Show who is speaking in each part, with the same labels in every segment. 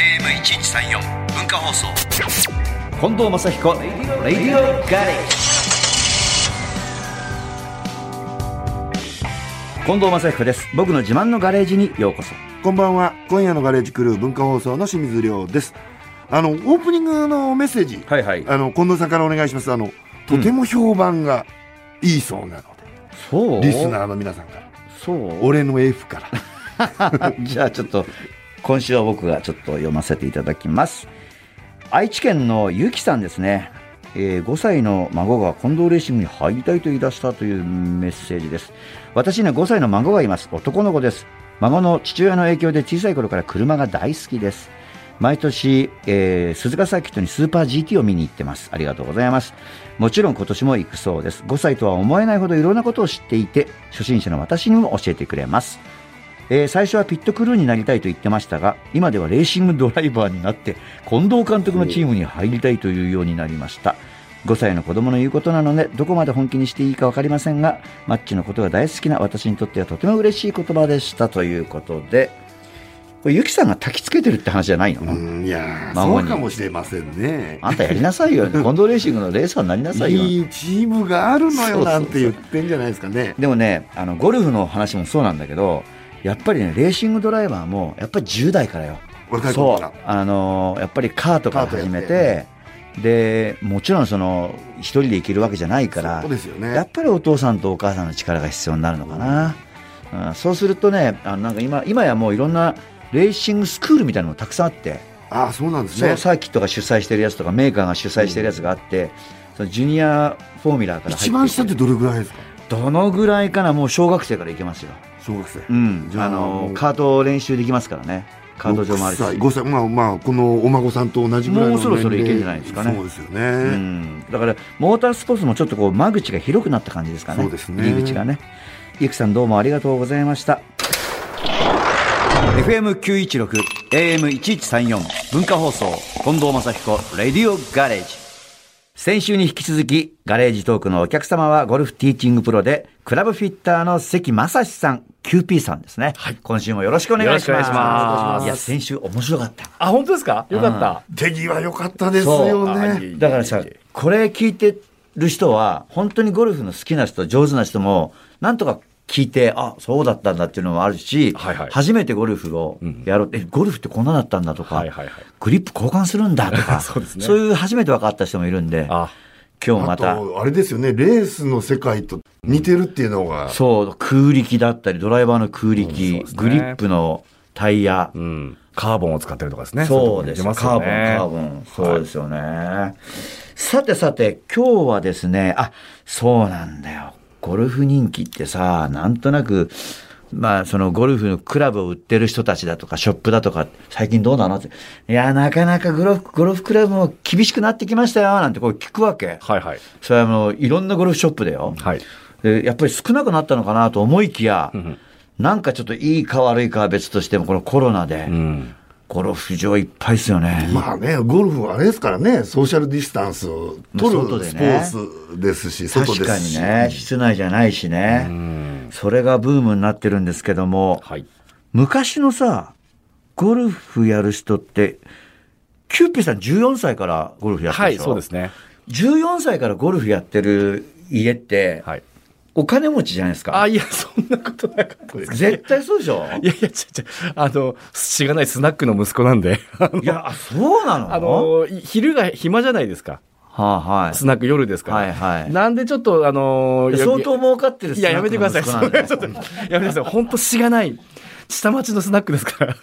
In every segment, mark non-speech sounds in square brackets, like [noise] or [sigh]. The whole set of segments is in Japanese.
Speaker 1: FM916AM1134 文化放送
Speaker 2: 近藤正彦レディオガレージ近藤正彦です僕の自慢のガレージにようこそ
Speaker 3: こんばんは。今夜のガレージクルー文化放送の清水亮です。あの、オープニングのメッセージ、
Speaker 2: はいはい
Speaker 3: あの、近藤さんからお願いします。あの、とても評判がいいそうなの
Speaker 2: そう
Speaker 3: で、リスナーの皆さんから、
Speaker 2: そう
Speaker 3: 俺の F から。
Speaker 2: [laughs] じゃあちょっと今週は僕がちょっと読ませていただきます愛知県のゆきさんですね、えー5歳の孫が近藤レーシングに入りたいと言い出したというメッセージです私には5歳の孫がいます男の子です孫の父親の影響で小さい頃から車が大好きです毎年、えー鈴鹿サーキットにスーパー GT を見に行ってます。ありがとうございます。もちろん今年も行くそうです。5歳とは思えないほどいろんなことを知っていて、初心者の私にも教えてくれます。えー最初はピットクルーになりたいと言ってましたが、今ではレーシングドライバーになって、近藤監督のチームに入りたいというようになりました。5歳の子供の言うことなので、どこまで本気にしていいかわかりませんが、マッチのことが大好きな私にとってはとても嬉しい言葉でしたということで、これ、ゆきさんが焚きつけてるって話じゃないの、
Speaker 3: うん、いやー
Speaker 2: 孫
Speaker 3: そ
Speaker 2: に
Speaker 3: うかもしれませんね。
Speaker 2: あんたやりなさいよ。近藤レーシングのレーサーになりなさいよ。
Speaker 3: いいチームがあるの
Speaker 2: そうそうそう
Speaker 3: よなんて言ってんじゃないですかね。
Speaker 2: でもね、あの、ゴルフの話もそうなんだけど、やっぱりね、レーシングドライバーも、やっぱり10代からよ。
Speaker 3: 若い
Speaker 2: そ
Speaker 3: 子
Speaker 2: う
Speaker 3: か。
Speaker 2: あのーやっぱりカートから
Speaker 3: カートや
Speaker 2: 始
Speaker 3: って。
Speaker 2: めて、で、もちろんその、一人で行けるわけじゃないからら
Speaker 3: そう、ですよ
Speaker 2: や
Speaker 3: ね
Speaker 2: っ。ぱりお父さんとお母さんの力が必要になるのかな。うん、そうするとね、あのなんか今、今やもういろんなレーシングスクールみたいなのもたくさんあって、
Speaker 3: ああ、そうなんです
Speaker 2: そ
Speaker 3: ね
Speaker 2: う。サーキットが主催してるやつとかメーカーが主催してるやつがあって、そのジュニアフォーミュラーから入って
Speaker 3: 一番下ってどれぐらいですか
Speaker 2: どのぐらいかなもう小学生から行けますよ、
Speaker 3: 小学生。
Speaker 2: うん、
Speaker 3: じゃ
Speaker 2: あ
Speaker 3: あ
Speaker 2: の
Speaker 3: もう
Speaker 2: カート練習できますからねカート場もあるし
Speaker 3: 6歳5歳、まあまあ、このお孫さんと同じぐらいの
Speaker 2: もうそろそろ
Speaker 3: 年
Speaker 2: いけ
Speaker 3: 齢
Speaker 2: んじゃないですかね
Speaker 3: そうですよね。
Speaker 2: うん、だからモータースポーツもちょっとこう間口が広くなった感じですかね
Speaker 3: そうですね
Speaker 2: 入り口がねゆきさんどうもありがとうございました FM916AM1134 文化放送近藤正彦「レディオガレージ」先週に引き続きガレージトークのお客様はゴルフティーチングプロでクラブフィッターの関正史さん QP さんですね、今週もよろしくお願いします
Speaker 4: よろしくお願いします
Speaker 2: や先週面白かった
Speaker 4: あ、本当ですかよかった。
Speaker 3: 手際良かったですよ
Speaker 4: あ
Speaker 3: ね。
Speaker 4: いえいえ
Speaker 2: だからさ、これ聞いてる人は、本当にゴルフの好きな人、上手な人も、なんとか聞いて、あ、そうだったんだっていうのもあるし、
Speaker 4: はいはい
Speaker 2: 初めてゴルフをやろうって、えゴルフってこんなだったんだとか、
Speaker 4: はいはいはい
Speaker 2: グリップ交換するんだとか、
Speaker 4: [laughs] そうですね
Speaker 2: いう初めて分かった人もいるんで、今
Speaker 4: あ、
Speaker 2: 日もま
Speaker 3: あ
Speaker 2: た、
Speaker 3: と、あれですよね、レースの世界と似てるっていうのが、
Speaker 2: そう、空力だったり、ドライバーの空力、
Speaker 4: そうですね
Speaker 2: グリップのタイヤ、
Speaker 4: うん。カーボンを使ってるとかですね。
Speaker 2: そうです
Speaker 4: いとこ
Speaker 2: カーボン、
Speaker 4: ろに出ます
Speaker 2: カー
Speaker 4: よ
Speaker 2: ボ
Speaker 4: ね
Speaker 2: ン。そうですよね。さてさて、今日はですね、あ、そうなんだよ。ゴルフ人気ってさ、なんとなく、まあ、そのゴルフのクラブを売ってる人たちだとか、ショップだとか、最近どうなのって。いや、なかなかゴルフ、ゴルフクラブも厳しくなってきましたよ、なんてこう聞くわけ。
Speaker 4: はいはい。
Speaker 2: それはもう、いろんなゴルフショップだよ。
Speaker 4: はい。
Speaker 2: でやっぱり少なくなったのかなと思いきや、
Speaker 4: ん
Speaker 2: なんかちょっといいか悪いかは別としても、このコロナで、
Speaker 4: うん。
Speaker 2: ゴルフ場いっぱいですよね。
Speaker 3: まあね、ゴルフはあれですからね、ソーシャルディスタンスを取
Speaker 2: まあ外
Speaker 3: る
Speaker 2: で
Speaker 3: スポ
Speaker 2: ね
Speaker 3: ーツですし、外
Speaker 2: 確
Speaker 3: で
Speaker 2: か
Speaker 3: す
Speaker 2: に
Speaker 3: し。
Speaker 2: ね、室内じゃないし
Speaker 4: う
Speaker 2: ね。
Speaker 4: ん。
Speaker 2: それがブームになってるんですけども、
Speaker 4: はい。
Speaker 2: 昔のさ、ゴルフやる人って、キューピーさん14歳からゴルフやってる
Speaker 4: は
Speaker 2: で
Speaker 4: い、
Speaker 2: しょ
Speaker 4: そうですね。
Speaker 2: 14歳からゴルフやってる家って、
Speaker 4: はい。
Speaker 2: お金持ちじゃないですか。
Speaker 4: あ、いや、そんなことなかったです。
Speaker 2: 絶対そうでしょ
Speaker 4: いやいや、ちょちょ、あの、しがないスナックの息子なんで。あの
Speaker 2: いや、あそうなの
Speaker 4: あの、い昼が暇じゃないですか。
Speaker 2: はあ、はい
Speaker 4: ス。ナック夜ですから。
Speaker 2: はいはい
Speaker 4: なんでちょっと、あの、
Speaker 2: で相当儲かってる
Speaker 4: いや、やめてください。
Speaker 2: ス
Speaker 4: そ
Speaker 2: ナッ
Speaker 4: れ
Speaker 2: クの
Speaker 4: は
Speaker 2: 息
Speaker 4: ちょ
Speaker 2: 子
Speaker 4: っ
Speaker 2: な
Speaker 4: と、
Speaker 2: ん
Speaker 4: や
Speaker 2: だよ
Speaker 4: めてください。 [laughs] 本当しがない。下町のスナックですから。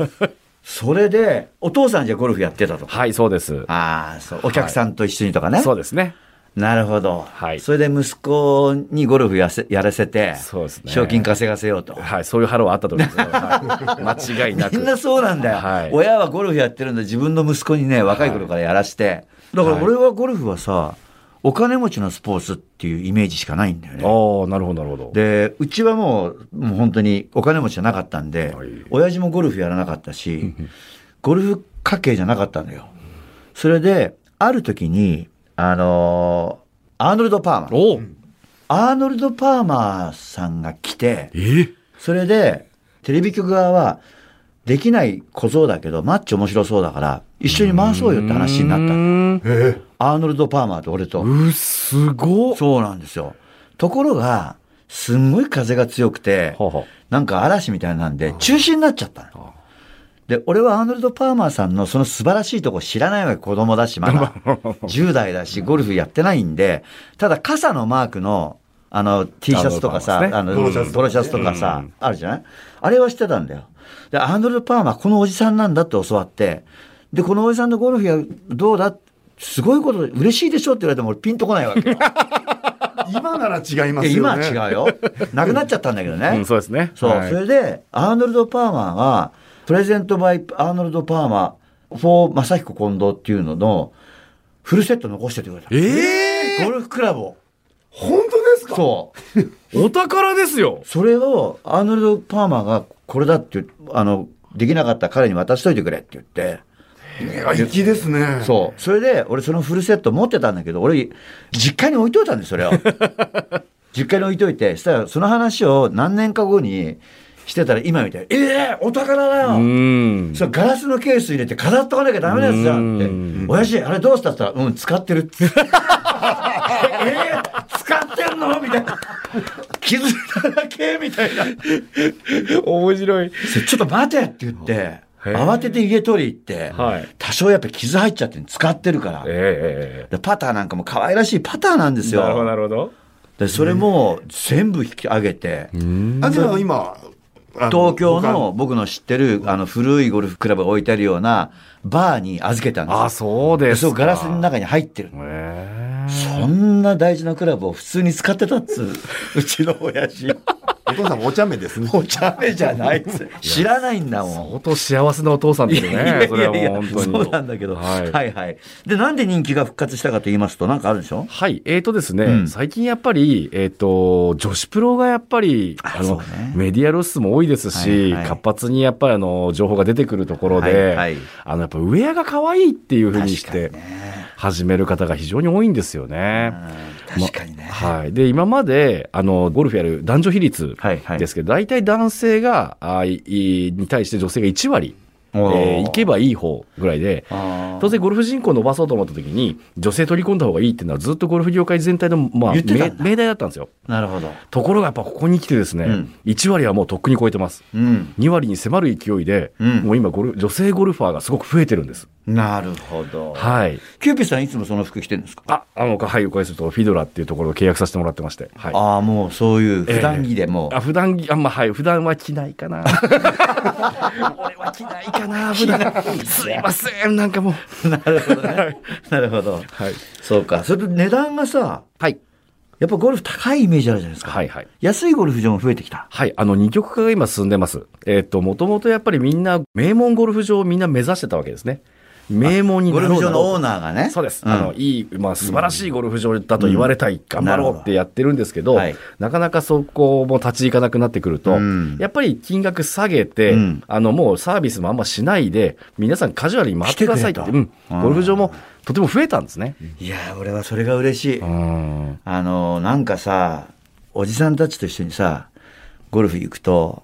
Speaker 2: それで、お父さんじゃあゴルフやってたと。
Speaker 4: はい、そうです。
Speaker 2: ああ、そう。お客さんと一緒にとかね。
Speaker 4: そうですね。
Speaker 2: なるほど。
Speaker 4: はい
Speaker 2: それで息子にゴルフやせやらせて、
Speaker 4: そうですね
Speaker 2: 賞金稼がせようと。
Speaker 4: はい、そういうハローはあったと思い
Speaker 2: [laughs]
Speaker 4: ます。はい間違いな
Speaker 2: み
Speaker 4: く。
Speaker 2: んなそうなんだよ、
Speaker 4: はい
Speaker 2: 親はゴルフやってるんで自分の息子にね、若い頃からやらして。だから俺はゴルフはさ、お金持ちのスポーツっていうイメージしかないんだよね。
Speaker 4: ああ、なるほど、なるほど。
Speaker 2: で、うちはもう、もう本当にお金持ちじゃなかったんで、
Speaker 4: はい
Speaker 2: 親父もゴルフやらなかったし、ゴルフ家系じゃなかったのよ。それで、ある時に、あのーアーノルド・パーマー。
Speaker 4: おお、
Speaker 2: アーノルド・パーマーさんが来て、
Speaker 4: え
Speaker 2: それで、テレビ局側は、できない小僧だけど、マッチ面白そうだから、一緒に回そうよって話になった。
Speaker 4: た。
Speaker 3: え
Speaker 2: アーノルド・パーマーと俺と。
Speaker 4: うっすごっ。
Speaker 2: そうなんですよ。ところが、すんごい風が強くて、
Speaker 4: はは
Speaker 2: なんか嵐みたいなんで、中止になっちゃったの。で、俺はアーノルド・パーマーさんのその素晴らしいとこ知らないわけ、子供だし、まだ。10代だし、ゴルフやってないんで、ただ傘のマークの、あの、T シャツとかさ、
Speaker 4: アーノルドパーマーね
Speaker 2: あの、
Speaker 3: ポロシャツとか
Speaker 2: ポ
Speaker 3: ね
Speaker 2: ロシャツとかさ、あるじゃないあれはしてたんだよ。で、アーノルド・パーマー、このおじさんなんだって教わって、で、このおじさんのゴルフや、どうだすごいこと、嬉しいでしょって言われても俺ピンとこないわけよ。
Speaker 3: 今なら違いま
Speaker 2: いや
Speaker 3: すよね。
Speaker 2: 今は違うよ。なくなっちゃったんだけどね。
Speaker 4: うん、そうですね。
Speaker 2: そう、
Speaker 4: はい
Speaker 2: それで、アーノルド・パーマーは、プレゼント・バイ・アーノルド・パーマー、フォー・マサヒコ・近藤っていうのの、フルセット残しててくれた。
Speaker 4: ええ
Speaker 2: ゴルフクラブを。
Speaker 3: 本当ですか
Speaker 2: そう。
Speaker 4: お宝ですよ。
Speaker 2: それを、アーノルド・パーマーが、これだっていう、あの、できなかった彼に渡しといてくれって言って、
Speaker 3: いや粋ですね。
Speaker 2: そう。それで、俺そのフルセット持ってたんだけど、俺、実家に置いといたんです、それ
Speaker 4: [laughs]
Speaker 2: を。実家に置いといて、したら、その話を何年か後にしてたら、今みたいに、ええお宝だよ、
Speaker 4: うん。
Speaker 2: それガラスのケース入れて飾っとかなきゃダメなやつじゃんって
Speaker 4: うん。
Speaker 2: 親父、あれどうしたって言ったら、うん、使ってる
Speaker 4: [laughs]
Speaker 2: って。えー、使ってんのみたいな。傷だらけみたいな。
Speaker 4: 面白い。
Speaker 2: ちょっと待てって言って、慌てて家取り行って、
Speaker 4: はい
Speaker 2: 多少やっぱ傷入っちゃってん使ってるから。
Speaker 4: ええ
Speaker 2: でパターなんかも可愛らしいパターなんです
Speaker 4: なるほど、な
Speaker 2: よ。
Speaker 4: るほど。
Speaker 2: で、それも全部引き上げて、
Speaker 3: あじゃあ今、あ
Speaker 2: 東京の僕の知ってるあの古いゴルフクラブが置いてあるようなバーに預けたんですよ
Speaker 4: あ、そうです
Speaker 2: そう、
Speaker 4: か。
Speaker 2: ガラスの中に入ってる。
Speaker 4: え
Speaker 2: そんな大事なクラブを普通に使ってたっつう、
Speaker 4: [laughs]
Speaker 2: うちの親父。
Speaker 3: お父さんもお茶目ですね。
Speaker 2: お茶目じゃないっつう知らないんだ
Speaker 4: え
Speaker 2: もん。
Speaker 4: 相当幸せなお父さんですよ
Speaker 2: いや
Speaker 4: ね。
Speaker 2: い
Speaker 4: それ
Speaker 2: や
Speaker 4: はい
Speaker 2: や
Speaker 4: もう本当に。
Speaker 2: そうなんだけど、は、
Speaker 4: はいい。
Speaker 2: はいはいで、なんで人気が復活したかと言いますと、なんかあるでしょ
Speaker 4: はい。えーとですね、
Speaker 2: うん
Speaker 4: 最近やっぱり、えっ、と、女子プロがやっぱり、
Speaker 2: あ
Speaker 4: あの、
Speaker 2: そうね
Speaker 4: メディア露出も多いですし、
Speaker 2: はいはい
Speaker 4: 活発にやっぱりあの、情報が出てくるところで、
Speaker 2: はいはい
Speaker 4: あの、やっぱウェアが可愛いっていうふうにして、始める方が非常に多いんですよね。
Speaker 2: うん確かにね。
Speaker 4: はい。で、今まで、あの、ゴルフやる男女比率
Speaker 2: はいはい
Speaker 4: ですけど、大体男性が、あいいに対して女性が1割、え
Speaker 2: おー
Speaker 4: ー行けばいい方ぐらいで、
Speaker 2: あー
Speaker 4: 当然ゴルフ人口を伸ばそうと思った時に、女性取り込んだ方がいいっていうのはずっとゴルフ業界全体の、まあ、
Speaker 2: 言ってたんだ
Speaker 4: め命題だったんですよ。
Speaker 2: なるほど。
Speaker 4: ところがやっぱここに来てですね、
Speaker 2: うん
Speaker 4: 1割はもうとっくに超えてます。
Speaker 2: うん。
Speaker 4: 2割に迫る勢いで、
Speaker 2: うん
Speaker 4: もう今ゴルフ、女性ゴルファーがすごく増えてるんです。
Speaker 2: なるほど。
Speaker 4: はい。
Speaker 2: キューピーさんいつもその服着てるんですか
Speaker 4: あ、あの、はい、お伺いすると、フィドラっていうところを契約させてもらってまして。はい。
Speaker 2: ああ、もうそういう普段着でもう
Speaker 4: あ、普段着、あんまあ、はい、普段は着ない
Speaker 2: [laughs]
Speaker 4: かな。俺は着ないかな、普段。すいません、なんかも
Speaker 2: [laughs]
Speaker 4: う。
Speaker 2: なるほどね。なるほど。
Speaker 4: はい。
Speaker 2: そうか。それと値段がさ、
Speaker 4: はい。
Speaker 2: やっぱゴルフ高いイメージあるじゃないですか。
Speaker 4: はい、はい。
Speaker 2: 安いゴルフ場も増えてきた。
Speaker 4: はい。あの、二極化が今進んでます。えっ、と、もともとやっぱりみんな、名門ゴルフ場をみんな目指してたわけですね。名門に
Speaker 2: ゴ
Speaker 4: なろ
Speaker 2: ル
Speaker 4: うな
Speaker 2: フ場のオー
Speaker 4: ー
Speaker 2: ナーがね。
Speaker 4: そうです。
Speaker 2: ん
Speaker 4: あの、いい、まあ、素晴らしいゴルフ場だと言われたい、頑張ろうってやってるんですけど、
Speaker 2: なるほどは
Speaker 4: なかなかそこも立ち行かなくなってくると、
Speaker 2: うん
Speaker 4: やっぱり金額下げて、
Speaker 2: うん
Speaker 4: あの、もうサービスもあんましないで、皆さんカジュアルに回ってくださいって、
Speaker 2: 来て
Speaker 4: う
Speaker 2: くれ
Speaker 4: ん
Speaker 2: と、
Speaker 4: ゴルフ場もとても増えたんですね。
Speaker 2: いやー、俺はそれが嬉しい。
Speaker 4: うん。
Speaker 2: あのー、なんかさ、おじさんたちと一緒にさ、ゴルフ行くと、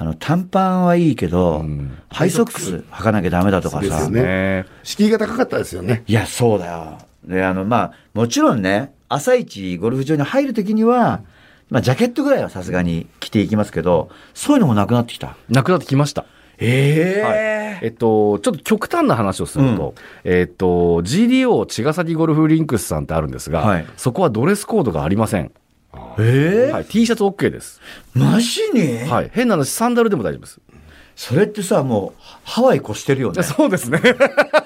Speaker 2: あの、短パンはいいけど、
Speaker 4: ん
Speaker 2: ハイソックス履かなきゃダメだとか
Speaker 3: そうで
Speaker 2: さ
Speaker 3: す。ね敷居が高かったですよね。
Speaker 2: いや、そうだよ。で、あの、まあ、もちろんね、朝一ゴルフ場に入るときには、まあ、ジャケットぐらいはさすがに着ていきますけど、そういうのもなくなってきた。
Speaker 4: なくなってきました。
Speaker 2: え
Speaker 4: はい、えっと、ちょっと極端な話をすると、えっと、GDO 茅ヶ崎ゴルフリンクスさんってあるんですが、
Speaker 2: はい
Speaker 4: そこはドレスコードがありません。
Speaker 2: え
Speaker 4: はい、T シャツ OK です。
Speaker 2: マジに、
Speaker 4: はい、変な話、サンダルでも大丈夫です。
Speaker 2: それってさ、もう、ハワイ越してるよね。
Speaker 4: そうですね。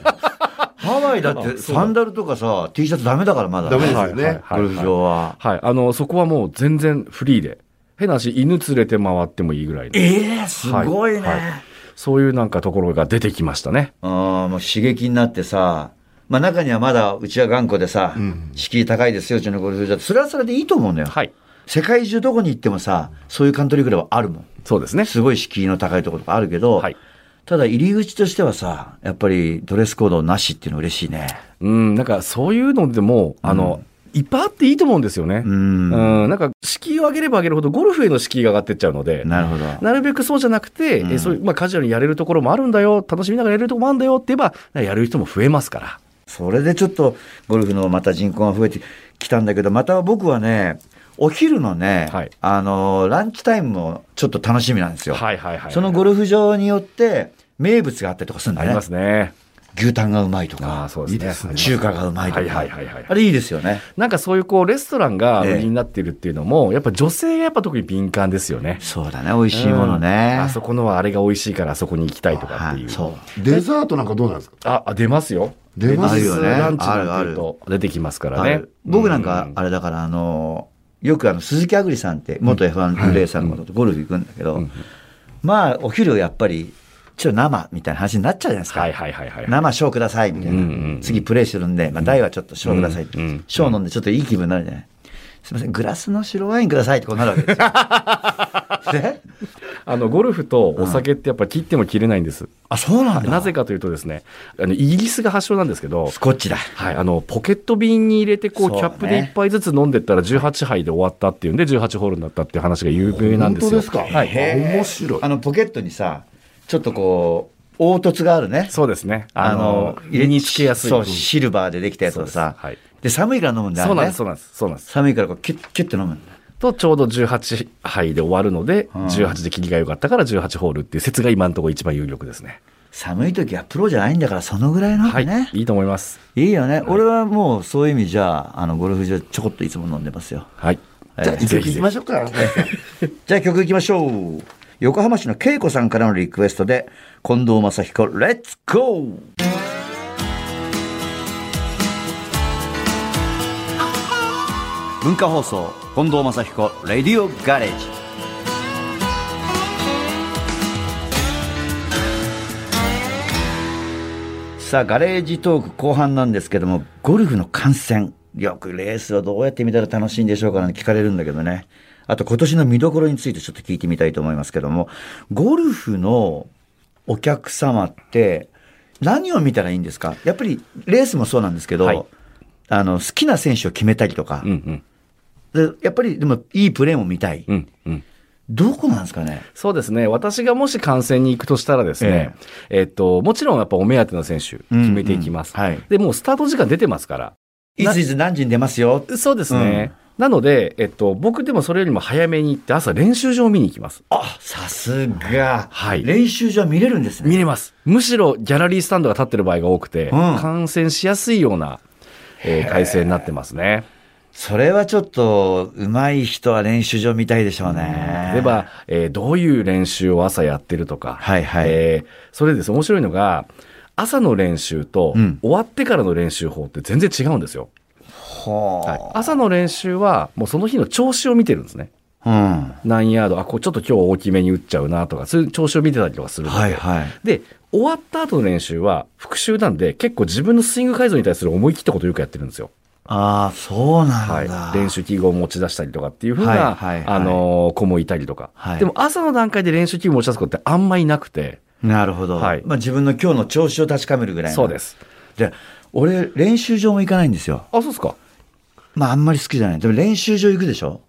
Speaker 2: ハワイだってサンダルとかさ、T シャツダメだからまだ。
Speaker 3: ダメですよね。
Speaker 4: はい
Speaker 2: ゴルフ場は。
Speaker 4: はい、あの、そこはもう全然フリーで、変な話、犬連れて回ってもいいぐらいの
Speaker 2: ええすごいね。
Speaker 4: はいはいそういうなんかところが出てきましたね。
Speaker 2: ああ、もう刺激になってさ、まあ中にはまだうちは頑固でさ、敷居高いですよ、うちのゴルフ場ってそれはそれでいいと思うのよ。
Speaker 4: はい、
Speaker 2: 世界中どこに行ってもさ、そういうカントリークラブあるもん。
Speaker 4: そうですね。
Speaker 2: すごい敷居の高いところとかあるけど、
Speaker 4: はい
Speaker 2: ただ入り口としてはさ、やっぱりドレスコードなしっていうの嬉しいね。
Speaker 4: うん、なんかそういうのでも、あの、いっぱいあっていいと思うんですよね
Speaker 2: う。ん。
Speaker 4: うん、なんか、敷居を上げれば上げるほど、ゴルフへの敷居が上がってっちゃうので、
Speaker 2: なるほど。
Speaker 4: なるべくそうじゃなくて、
Speaker 2: うん
Speaker 4: えそういう、まあ、カジュアルにやれるところもあるんだよ、楽しみながらやれるところもあるんだよって言えば、やる人も増えますから。
Speaker 2: それでちょっとゴルフのまた人口が増えてきたんだけど、また僕はね、お昼のね、
Speaker 4: はい
Speaker 2: あのーランチタイムもちょっと楽しみなんですよ。
Speaker 4: はいはいはい。
Speaker 2: そのゴルフ場によって名物があったりとかするんだ
Speaker 4: あ
Speaker 2: ね。
Speaker 4: りますね。
Speaker 2: 牛タンがうまいと
Speaker 4: あ
Speaker 2: か
Speaker 4: あ、、そうですね。
Speaker 3: いいですね
Speaker 2: 中華がうまいとか、
Speaker 4: はいはいはいはい
Speaker 2: あれいいですよね。
Speaker 4: なんかそういうこう、レストランが売りになってるっていうのも、やっぱ女性がやっぱ特に敏感ですよね。
Speaker 2: そうだね、美味しいものね。
Speaker 4: うんあそこのはあれが美味しいからあそこに行きたいとかっ
Speaker 2: は
Speaker 4: ていう。
Speaker 2: い、そう。
Speaker 3: デザートなんかどうなんですか
Speaker 4: あ、あ出ますよ。
Speaker 3: 出ます
Speaker 2: よね
Speaker 4: レディースランチな
Speaker 2: あ
Speaker 4: んて
Speaker 2: る
Speaker 4: い
Speaker 2: ある
Speaker 4: うと出てきますから
Speaker 2: あ
Speaker 4: ね
Speaker 2: れ。僕なんか
Speaker 4: う、
Speaker 2: あれだから、あのー、よくあの、鈴木あぐりさんって、元 F1 レーサーのことゴルフ行くんだけど、まあ、お昼やっぱり、ちょっと生みたいな話になっちゃうじゃないですか。
Speaker 4: はいはいはいはい。
Speaker 2: 生賞くださいみたいな、
Speaker 4: うんうんうん
Speaker 2: 次プレイするんで、まあ、台はちょっと賞くださいって
Speaker 4: うんうん
Speaker 2: 賞、飲んでちょっといい気分になるじゃないすいませんグラスの白ワインくださいってこうなるわけですよ
Speaker 4: [laughs]
Speaker 2: で
Speaker 4: あの、ゴルフとお酒ってやっぱ切っても切れないんです。
Speaker 2: あそうなんだ
Speaker 4: なぜかというとですね、あの、イギリスが発祥なんですけど、
Speaker 2: スコッチだ
Speaker 4: はい、あのポケット瓶に入れてこう
Speaker 2: そう
Speaker 4: キ
Speaker 2: ね
Speaker 4: ャップで1杯ずつ飲んでったら18杯で終わったっていうんで18ホールになったっていう話が有名な
Speaker 3: 本
Speaker 4: んですよ。
Speaker 3: 当ですか、
Speaker 4: はい、
Speaker 2: へー
Speaker 3: 面白い
Speaker 2: あのポケットにさちょっとこう凹凸があるね
Speaker 4: そうですね。
Speaker 2: あ
Speaker 4: あの
Speaker 2: の、
Speaker 4: 入れにつけやすい。
Speaker 2: そうシルバーでできたやつをさ
Speaker 4: そうですはい
Speaker 2: で寒いから飲むんだ
Speaker 4: そうなんです、そ
Speaker 2: ね
Speaker 4: うなんです、そうなんです。
Speaker 2: 寒いからこうキュッキュッて飲むんだ
Speaker 4: と、ちょうど18杯で終わるので、
Speaker 2: うん
Speaker 4: 18で切りが良かったから18ホールっていう説が今のところ一番有力ですね。
Speaker 2: 寒い時はプロじゃないんだからそのぐらい飲ん
Speaker 4: は
Speaker 2: で
Speaker 4: い
Speaker 2: ね、。
Speaker 4: いいと思います。
Speaker 2: い、いよね、俺はもうそういう意味じゃあのゴルフ場ちょこっといつも飲んでますよ
Speaker 4: はい。
Speaker 2: えー
Speaker 3: 一曲いきましょう
Speaker 4: [laughs]
Speaker 3: か
Speaker 2: じゃあ曲いきましょう。横浜市の恵子さんからのリクエストで、近藤正彦、レッツゴー文化放送、近藤正彦、レディオガレージ。さあ、ガレージトーク後半なんですけども、ゴルフの観戦。よくレースをどうやって見たら楽しいんでしょうかなんて聞かれるんだけどね。あと今年の見どころについてちょっと聞いてみたいと思いますけども、ゴルフのお客様って何を見たらいいんですかやっぱりレースもそうなんですけど、
Speaker 4: はい
Speaker 2: あの、好きな選手を決めたりとか
Speaker 4: うん、うん。
Speaker 2: でやっぱりでもいいプレーも見たい。
Speaker 4: うんうん。
Speaker 2: どこなんですかね
Speaker 4: そうですね。私がもし観戦に行くとしたらですね、えっと、もちろんやっぱお目当ての選手決めていきます。
Speaker 2: うんうんはい
Speaker 4: で、もうスタート時間出てますから。
Speaker 2: いついつ何時に出ますよ。
Speaker 4: そうですね。なので、えっと、僕でもそれよりも早めに行って朝練習場を見に行きます。
Speaker 2: あ、さすが。
Speaker 4: はい
Speaker 2: 練習場見れるんですね。
Speaker 4: 見れます。むしろギャラリースタンドが立ってる場合が多くて、
Speaker 2: うん
Speaker 4: 感染しやすいような、えー体制になってますね。
Speaker 2: それはちょっと、上手い人は練習場見たいでしょうね。
Speaker 4: 例えば、えーどういう練習を朝やってるとか、
Speaker 2: はいはい
Speaker 4: えーそれでです面白いのが、朝の練習と
Speaker 2: うん
Speaker 4: 終わってからの練習法って全然違うんですよ。
Speaker 2: ほう、
Speaker 4: はい朝の練習はもうその日の調子を見てるんですね。
Speaker 2: うん。
Speaker 4: 何ヤード、あ、こうちょっと今日大きめに打っちゃうなとか、そういう調子を見てたりとかするので、
Speaker 2: はいはい。
Speaker 4: で、終わった後の練習は復習なんで、結構自分のスイング改造に対する思い切ったことをよくやってるんですよ。
Speaker 2: ああ、そうなんだ。
Speaker 4: はい、練習器具を持ち出したりとかっていうふうな、
Speaker 2: はいはいはい
Speaker 4: あのー子もいたりとか、
Speaker 2: はい
Speaker 4: でも朝の段階で練習器具持ち出すことってあんまりなくて、
Speaker 2: なるほど。
Speaker 4: はい
Speaker 2: まあ自分の今日の調子を確かめるぐらいの
Speaker 4: そうで。す。
Speaker 2: で、俺、練習場も行かないんですよ。
Speaker 4: あ、そうですか。
Speaker 2: まああんまり好きじゃない。でも練習場行くでしょ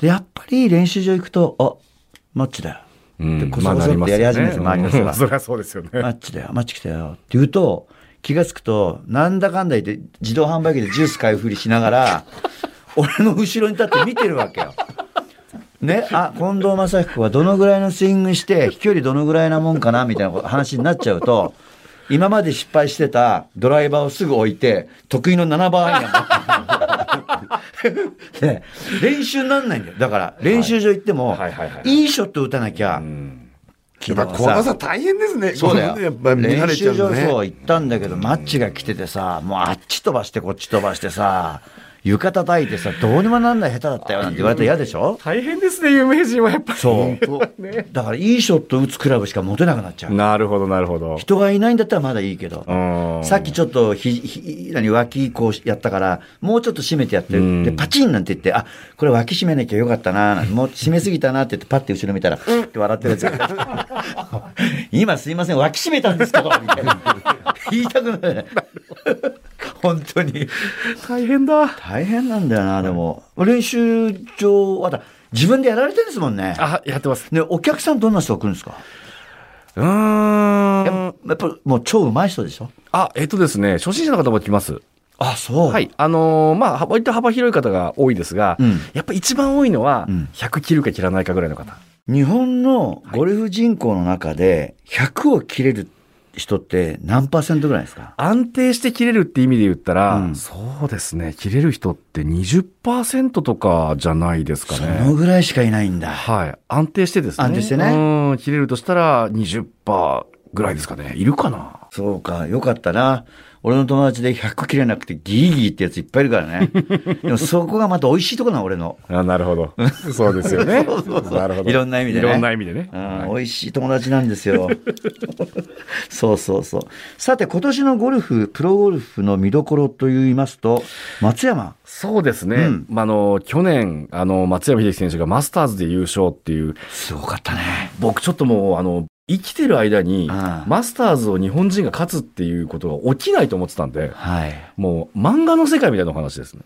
Speaker 2: で、やっぱり練習場行くと、あ、マッチだよ。
Speaker 4: うん
Speaker 2: でこそこそってやり始めるんですよ、
Speaker 4: まあ
Speaker 2: 周りの
Speaker 4: なり
Speaker 2: 人
Speaker 4: ま
Speaker 2: が
Speaker 4: す。よねうんそれはそうですよね。 [laughs]
Speaker 2: マッチだよ、マッチ来たよって言うと、気がつくと、なんだかんだ言って自動販売機でジュース買い振りしながら、 [laughs] 俺の後ろに立って見てるわけよ。ね、あ、近藤正彦はどのぐらいのスイングして、飛距離どのぐらいなもんかなみたいなこと話になっちゃうと、今まで失敗してたドライバーをすぐ置いて、得意の7番アイア
Speaker 4: [laughs]
Speaker 2: ン。で練習になんないんだよ。だから、練習場行っても、
Speaker 4: はいはいはいはい
Speaker 2: いいショット打たなきゃ、
Speaker 3: や
Speaker 2: 昨
Speaker 3: っ
Speaker 2: 日
Speaker 3: ぱ
Speaker 2: は
Speaker 3: 怖がさ大変ですね
Speaker 2: そうだよ。
Speaker 3: やっぱ見慣
Speaker 2: 練
Speaker 3: れちゃ
Speaker 2: 習
Speaker 3: うの
Speaker 2: 場
Speaker 3: ね
Speaker 2: そう行ったんだけど、マッチが来ててさ、もうあっち飛ばしてこっち飛ばしてさ、床叩いてさ、どうにもなんない下手だったよなんて言われたら嫌でしょ
Speaker 4: 大変ですね、有名人はやっぱ
Speaker 2: そう。
Speaker 3: [laughs]
Speaker 2: だからいいショット打つクラブしか持てなくなっちゃう。
Speaker 4: り。[laughs] なるほど、なるほど。
Speaker 2: 人がいないんだったらまだいいけど。
Speaker 4: うん
Speaker 2: さっきちょっとひ、ひ、何、脇こうやったから、もうちょっと締めてやって
Speaker 4: うん
Speaker 2: る。で、パチンなんて言って、あ、これ脇締めなきゃよかったな、もう締めすぎたなって言って、パッて後ろ見たら、うんって笑ってるやつ [laughs] が今すいません、脇締めたんですけど、みたいな。言いたくなる。本当に。
Speaker 4: 大変だ。
Speaker 2: 大変なんだよな、でも。練習場はだ、自分でやられてるんですもんね。
Speaker 4: あ、やってます。
Speaker 2: ね、お客さんどんな人が来るんですか
Speaker 4: うー
Speaker 2: や
Speaker 4: ん
Speaker 2: っ。やっぱもう超うまい人でしょ
Speaker 4: あ、えっとですね、初心者の方も来ます。
Speaker 2: あ、そう。
Speaker 4: はい。あのーまあ、は割と幅広い方が多いですが、
Speaker 2: うん
Speaker 4: やっぱ一番多いのは
Speaker 2: うん、
Speaker 4: 100切るか切らないかぐらいの方。
Speaker 2: 日本のゴルフ人口の中で100を切れる人って何パーセントぐらいですか
Speaker 4: 安定して切れるって意味で言ったら、
Speaker 2: うん
Speaker 4: そうですね、切れる人って20%とかじゃないですか
Speaker 2: その
Speaker 4: ね。
Speaker 2: ぐらいしかいないんだ。
Speaker 4: はい。安定してですね。
Speaker 2: 安定してね
Speaker 4: うん、切れるとしたら20%ぐらいですかね。いるかな
Speaker 2: そうか、よかったな。俺の友達で100切れなくてギリギリってやついっぱいいるから
Speaker 4: [laughs]
Speaker 2: ね。でもそこがまた美味しいとこなの、俺の。
Speaker 4: あなるほ [laughs] ど。そうですよね。なるほど。
Speaker 2: いろんな意味でね
Speaker 4: いろんな意味でね。
Speaker 2: うん
Speaker 4: はい
Speaker 2: 美味しい友達なんです
Speaker 4: [laughs]
Speaker 2: よ。そうそうそう。さて、今年のゴルフ、プロゴルフの見どころと言いますと、松山。
Speaker 4: そうですね。
Speaker 2: うん
Speaker 4: まあ、あの、去年、あの、松山英樹選手がマスターズで優勝っていう、
Speaker 2: すごかったね。
Speaker 4: 僕ちょっともう、あの、生きてる間に、
Speaker 2: ああ
Speaker 4: マスターズを日本人が勝つっていうことが起きないと思ってたんで、
Speaker 2: はい。
Speaker 4: もう漫画の世界みたいなお話ですね。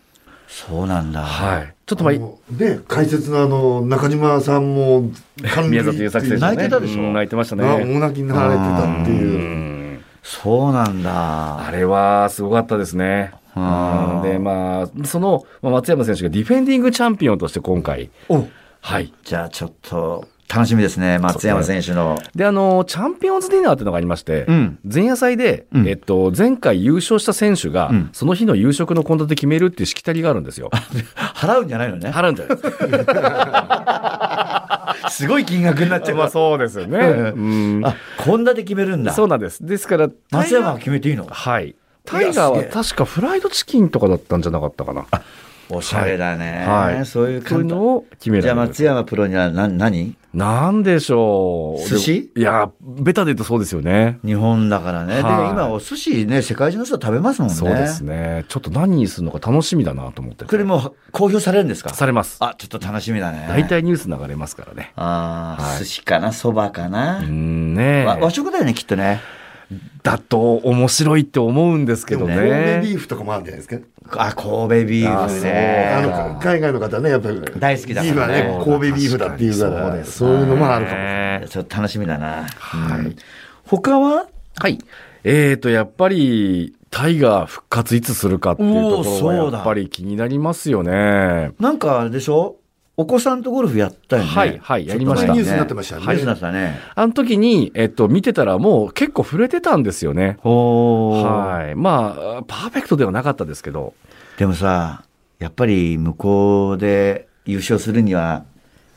Speaker 2: そうなんだ。
Speaker 4: はい。ちょっとまあ、
Speaker 3: で解説のあの中島さんも関
Speaker 4: 宮里優作選手、
Speaker 2: 泣
Speaker 4: ね、
Speaker 2: いてたでしょ
Speaker 4: うん泣いてましたね。
Speaker 3: あ大泣きになられてたって
Speaker 4: う
Speaker 3: いうん
Speaker 2: そうなんだ。
Speaker 4: あれはすごかったですね。
Speaker 2: あー
Speaker 4: で、まあ、その、まあ松山選手がディフェンディングチャンピオンとして今回、
Speaker 2: お
Speaker 4: はい。
Speaker 2: じゃあちょっと楽しみですね、松山選手の。
Speaker 4: で、あの、チャンピオンズディナーっていうのがありまして、
Speaker 2: うん
Speaker 4: 前夜祭で、
Speaker 2: うん
Speaker 4: えっと、前回優勝した選手が、
Speaker 2: うん
Speaker 4: その日の夕食の献立決めるっていうしきたりがある
Speaker 2: [laughs]
Speaker 4: んですよ。
Speaker 2: 払うんじゃないのね。
Speaker 4: 払うんじゃないですか。
Speaker 2: すごい金額になっちゃう。
Speaker 4: まあ、そうですよね。うん
Speaker 2: あ、こんなで決めるんだ。
Speaker 4: そうなんです。ですから、
Speaker 2: 松山が決めていいの
Speaker 4: はい。タイガー
Speaker 2: いや
Speaker 4: は
Speaker 2: すげえ
Speaker 4: 確かフライドチキンとかだったんじゃなかったかな。
Speaker 2: おしゃれだね。
Speaker 4: はい
Speaker 2: そういう
Speaker 4: そう
Speaker 2: 感
Speaker 4: いう
Speaker 2: じ。
Speaker 4: のを決める
Speaker 2: じゃあ松山プロにはな何
Speaker 4: なんでしょう。
Speaker 2: 寿司
Speaker 4: でいや、ベタで言うとそうですよね。
Speaker 2: 日本だからね。で、
Speaker 4: はい
Speaker 2: 今お寿司ね、世界中の人食べますもんね。
Speaker 4: そうですね。ちょっと何にするのか楽しみだなと思ってて。
Speaker 2: これもう公表されるんですか
Speaker 4: されます。
Speaker 2: あ、ちょっと楽しみだね。
Speaker 4: 大。体ニュース流れますからね。
Speaker 2: ああ、
Speaker 4: はい
Speaker 2: 寿司かな、そばかな、
Speaker 4: うんね
Speaker 2: わ和食だよね、きっとね。
Speaker 4: だと面白いって思うんですけ
Speaker 3: でも
Speaker 4: ど
Speaker 3: 神戸ビ
Speaker 4: ね。
Speaker 3: ーフとかもあるんじゃないですか
Speaker 2: あ、神戸ビーフね。
Speaker 3: あの海外の方ねやっぱり
Speaker 2: 大好きだからね
Speaker 3: ビーフはね神戸ビーフだっていうから
Speaker 4: そう
Speaker 3: そう
Speaker 4: です
Speaker 3: いうのもあるかもしれない
Speaker 4: ね
Speaker 2: ちょっと楽しみだな。
Speaker 4: はい
Speaker 2: うん他は
Speaker 4: はい。えーと、やっぱり、タイガー復活いつするかっていうとこ
Speaker 2: おー
Speaker 4: ろ
Speaker 2: そう
Speaker 4: は
Speaker 2: だ
Speaker 4: やっぱり気になりますよね。
Speaker 2: なんかあれでしょお子さんとゴルフやったよね。
Speaker 4: はいはいやりました
Speaker 2: ちょっと前
Speaker 3: ニュースになってましたよね
Speaker 2: ニュースになってたね。
Speaker 4: あの時に、えっと、見てたらもう結構触れてたんですよね。
Speaker 2: ほー
Speaker 4: はい。まあ、パーフェクトではなかったですけど。
Speaker 2: でもさ、やっぱり向こうで優勝するには、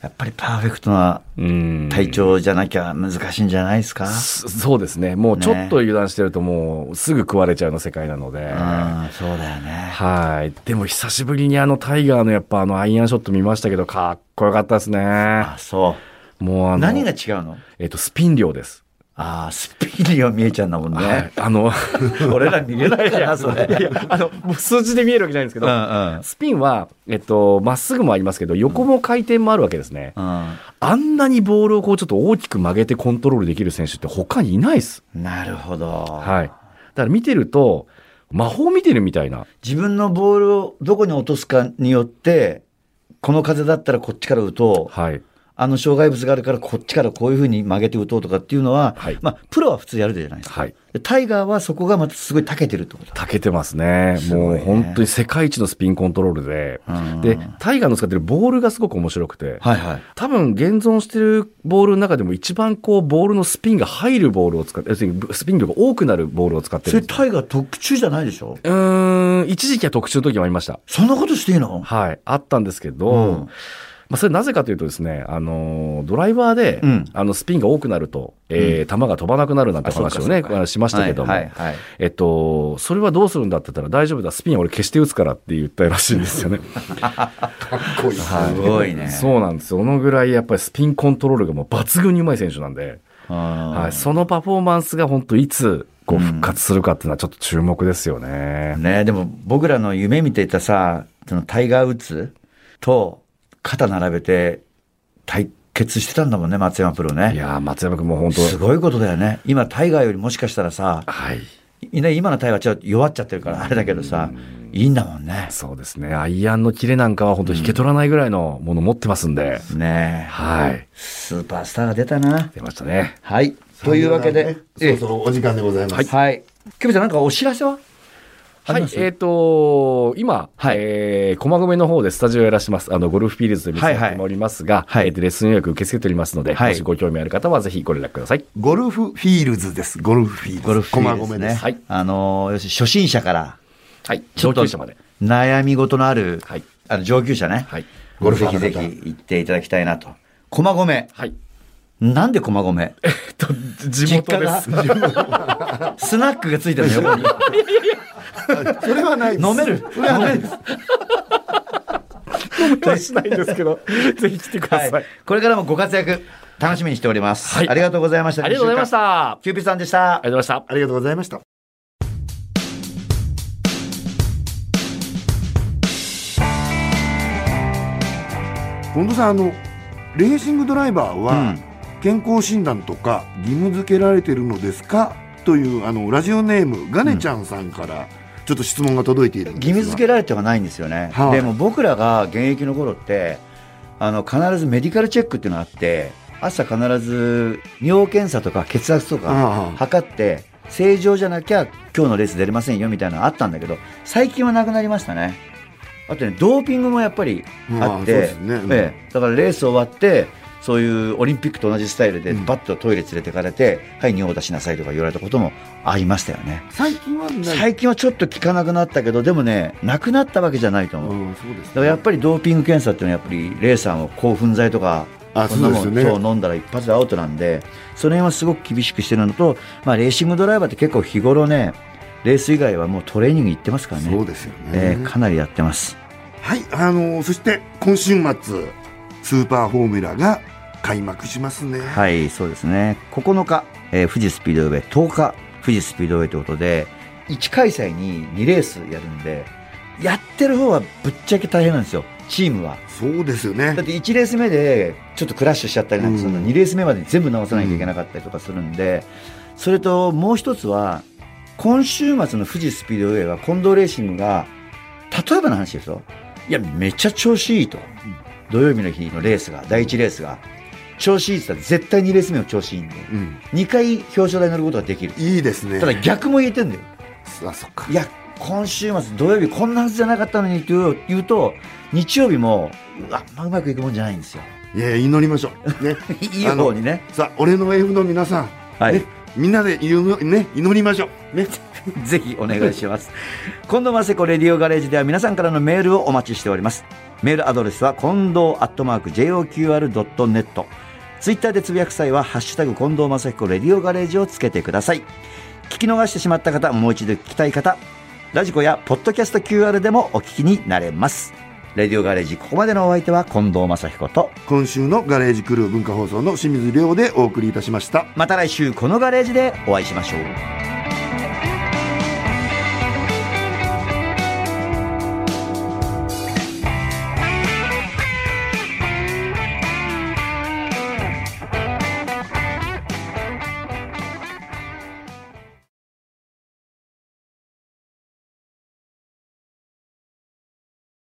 Speaker 2: やっぱりパーフェクトな
Speaker 4: うん
Speaker 2: 体調じゃなきゃ難しいんじゃないですか、
Speaker 4: そそうですね。もうちょっと油断してるともうすぐ食われちゃうの世界なので。
Speaker 2: うん、そうだよね。
Speaker 4: はい。でも久しぶりにあのタイガーのやっぱあのアイアンショット見ましたけど、かっこよかったですね。
Speaker 2: あ、そ
Speaker 4: もうあ
Speaker 2: う。
Speaker 4: の、
Speaker 2: 何が違うの
Speaker 4: えっと、スピン量です。
Speaker 2: ああ、スピーディーは見えちゃうんだもん
Speaker 4: は
Speaker 2: ね
Speaker 4: い。。あの、 [laughs]
Speaker 2: 俺ら見れないかな、それ。
Speaker 4: いや、あの、もう数字で見えるわけじゃないんです
Speaker 2: う
Speaker 4: けど、
Speaker 2: んうん。
Speaker 4: スピンは、えっと、まっすぐもありますけど、横も回転もあるわけですね。
Speaker 2: うん
Speaker 4: あんなにボールをこうちょっと大きく曲げてコントロールできる選手って他にいないです。
Speaker 2: なるほど。
Speaker 4: はい。だから見てると、魔法見てるみたいな。
Speaker 2: 自分のボールをどこに落とすかによって、この風だったらこっちから打とう、
Speaker 4: はい。
Speaker 2: あの障害物があるからこっちからこういうふうに曲げて打とうとかっていうのは、
Speaker 4: はい
Speaker 2: まあ、プロは普通やるじゃないですか。
Speaker 4: はい。
Speaker 2: でタイガーはそこがまたすごい長けてるってことだ。
Speaker 4: たけてますね。
Speaker 2: すご
Speaker 4: も
Speaker 2: いうね
Speaker 4: 本当に世界一のスピンコントロールで。
Speaker 2: うん
Speaker 4: で、タイガーの使ってるボールがすごく面白くて、
Speaker 2: はいはい。
Speaker 4: 多分現存してるボールの中でも一番こうボールのスピンが入るボールを使って、要するにスピン量が多くなるボールを使って
Speaker 2: そ
Speaker 4: る
Speaker 2: れ
Speaker 4: んですよ。
Speaker 2: タイガー特注じゃないでしょ
Speaker 4: うーん、一時期は特注の時もありました。
Speaker 2: そんなことしていいの
Speaker 4: はい。あったんですけど、
Speaker 2: うん
Speaker 4: まあ、それなぜかというとですね、あのードライバーで、
Speaker 2: うん
Speaker 4: あの、スピンが多くなると、えー、球が飛ばなくなるなんて
Speaker 2: あそうか
Speaker 4: 話をね、
Speaker 2: そうか
Speaker 4: あのしましたけども、
Speaker 2: はいはいはい
Speaker 4: えっと、それはどうするんだって言ったら、大丈夫だ、スピンは俺消して打つからって言ったらしいんです [laughs] よね。
Speaker 3: かっこいいです
Speaker 2: すごいね。
Speaker 4: そうなんですよ。そのぐらいやっぱりスピンコントロールがもう抜群にうまい選手なんで、
Speaker 2: うん
Speaker 4: はい、そのパフォーマンスが本当いつ、こう復活するかっていうのはちょっと注目ですよね。
Speaker 2: ねでも僕らの夢見ていたさ、そのタイガー・ウッズと肩並べて対決してたんだもんね、松山プロね。
Speaker 4: いやー、松山君も本当、
Speaker 2: すごいことだよね。今、タイガーよりもしかしたらさ、
Speaker 4: はい。
Speaker 2: みんな今のタイはちょっと弱っちゃってるからあれだけどさ、いいんだもんね。
Speaker 4: そうですね。アイアンの切れなんかは本当引け取らないぐらいのもの持ってますんで。
Speaker 2: ねえ。
Speaker 4: はい。
Speaker 2: スーパースターが出たな。
Speaker 4: 出ましたね。
Speaker 2: はい。というわけで、
Speaker 3: そろそろお時間でございます。
Speaker 2: ええはい。キムちゃん、なんかお知らせは
Speaker 4: はい、
Speaker 2: あります
Speaker 4: えっ、と今、えー駒込の方でスタジオをやらしてます、あの、ゴルフフィールズという店をやっておりますが、
Speaker 2: はいはい
Speaker 4: えーとレッスン予約受け付けておりますので、
Speaker 2: はい
Speaker 4: もしご興味ある方はぜひご連絡ください。
Speaker 3: ゴルフフィールズです。ゴルフフィールズ。
Speaker 2: ゴルフ
Speaker 3: 駒
Speaker 2: です
Speaker 3: 込
Speaker 2: ね。
Speaker 3: です。
Speaker 4: はい
Speaker 2: あのー、要するに初心者から、
Speaker 4: はい、
Speaker 2: ちょ
Speaker 4: 上
Speaker 2: っと
Speaker 4: 級者まで。
Speaker 2: 悩み事のある、
Speaker 4: はい
Speaker 2: あの上級者ね。
Speaker 4: はい。
Speaker 3: ゴルフ
Speaker 2: ぜ
Speaker 3: ァ
Speaker 2: ひ
Speaker 3: ー
Speaker 2: ぜ
Speaker 3: の方
Speaker 2: ひ行っていただきたいなと。駒込。
Speaker 4: はい。
Speaker 2: なんで駒込
Speaker 4: えっと、地元です。
Speaker 2: 実家がスナックがついてるの横に。
Speaker 3: [laughs] それはないです。
Speaker 2: 飲める
Speaker 3: それはないです。
Speaker 4: はしないんです
Speaker 2: [laughs]
Speaker 4: けど、ぜひ来てください。
Speaker 2: [laughs] はい。これからもご活躍、楽しみにしております。
Speaker 4: はい
Speaker 2: ありがとうございました。
Speaker 4: ありがとうございまし。た。あ
Speaker 2: キューピーさんでした
Speaker 4: りがとうございました。
Speaker 3: ありがとうございました。近藤さん、あの、レーシングドライバー
Speaker 2: う
Speaker 3: は
Speaker 2: ん
Speaker 3: 健康診断とか義務付けられてるのですかというあのラジオネームガネちゃんさんからちょっと質問が届いているんです
Speaker 2: 義
Speaker 3: が
Speaker 2: 務付けられてはないんですよね、
Speaker 3: はい
Speaker 2: でも僕らが現役の頃ってあの必ずメディカルチェックっていうのがあって朝必ず尿検査とか血圧とか
Speaker 3: ああ
Speaker 2: 測って正常じゃなきゃ今日のレース出れませんよみたいなのあったんだけど最近はなくなりましたねあとねドーピングもやっぱりあって、
Speaker 3: まあそうですねうん
Speaker 2: ええだからレース終わってそういうオリンピックと同じスタイルで
Speaker 3: うん
Speaker 2: バッとトイレ連れてかれて、はい尿を出しなさいとか言われたこともありましたよね
Speaker 3: 最近はない。
Speaker 2: 最近はちょっと聞かなくなったけどでもねなくなったわけじゃないと思う、だ
Speaker 3: うん、そうです、
Speaker 2: からやっぱりドーピング検査っていうのはやっぱりレーサーも興奮剤とか
Speaker 3: あ
Speaker 2: そんなもん
Speaker 3: そうですよね
Speaker 2: そう飲んだら一発でアウトなんでその辺はすごく厳しくしてるのと、まあ、レーシングドライバーって結構日頃ねレース以外はもうトレーニング行ってますからね
Speaker 3: そうですよ
Speaker 2: えー
Speaker 3: ね。
Speaker 2: かなりやってます
Speaker 3: はい、あのそして今週末スーパーフォーミュラが開幕しますね。
Speaker 2: はいそうですね9日、えー富士スピードウェイ10日富士スピードウェイということで1開催に2レースやるんでやってる方はぶっちゃけ大変なんですよチームは
Speaker 3: そうですよ
Speaker 2: [laughs]
Speaker 3: ね
Speaker 2: だっ。て1レース目でちょっとクラッシュしちゃったりなんかするの、
Speaker 3: うん
Speaker 2: 2レース目までに全部直さなきゃいけなかったりとかするんで、それともう一つは今週末の富士スピードウェイは近藤レーシングが例えばの話ですよいやめっちゃ調子いいと、土曜日の日のレースが第1レースが調子いいって言ったら絶対2レース目も調子いいんで
Speaker 3: うん、
Speaker 2: 2回表彰台に乗ることができる
Speaker 3: いいですね。
Speaker 2: ただ逆も言えてんだよ
Speaker 3: あ、そっか
Speaker 2: い。や、今週末土曜日こんなはずじゃなかったのにって言う言うと、日曜日も、うわあんまうまくいくもんじゃないんですよ。
Speaker 3: いやいや祈りましょ
Speaker 2: [laughs]
Speaker 3: う。ね、
Speaker 2: いい方にね。
Speaker 3: さあ、俺の F の皆さん、
Speaker 2: はい
Speaker 3: ね、みんなで祈るね祈りましょう。ね。
Speaker 2: ぜひお願いし [laughs] ます。近藤正子レディオガレージでは皆さんからのメールをお待ちしております。メールアドレスは近藤アットマーク JOQR.net。ツイッターでつぶやく際は、ハッシュタグ近藤正彦レディオガレージをつけてください。聞き逃してしまった方、もう一度聞きたい方、ラジコやポッドキャスト QR でもお聞きになれます。レディオガレージ、ここまでのお相手は近藤正彦と、
Speaker 3: 今週のガレージクルー文化放送の清水亮でお送りいたしました。
Speaker 2: また来週このガレージでお会いしましょう。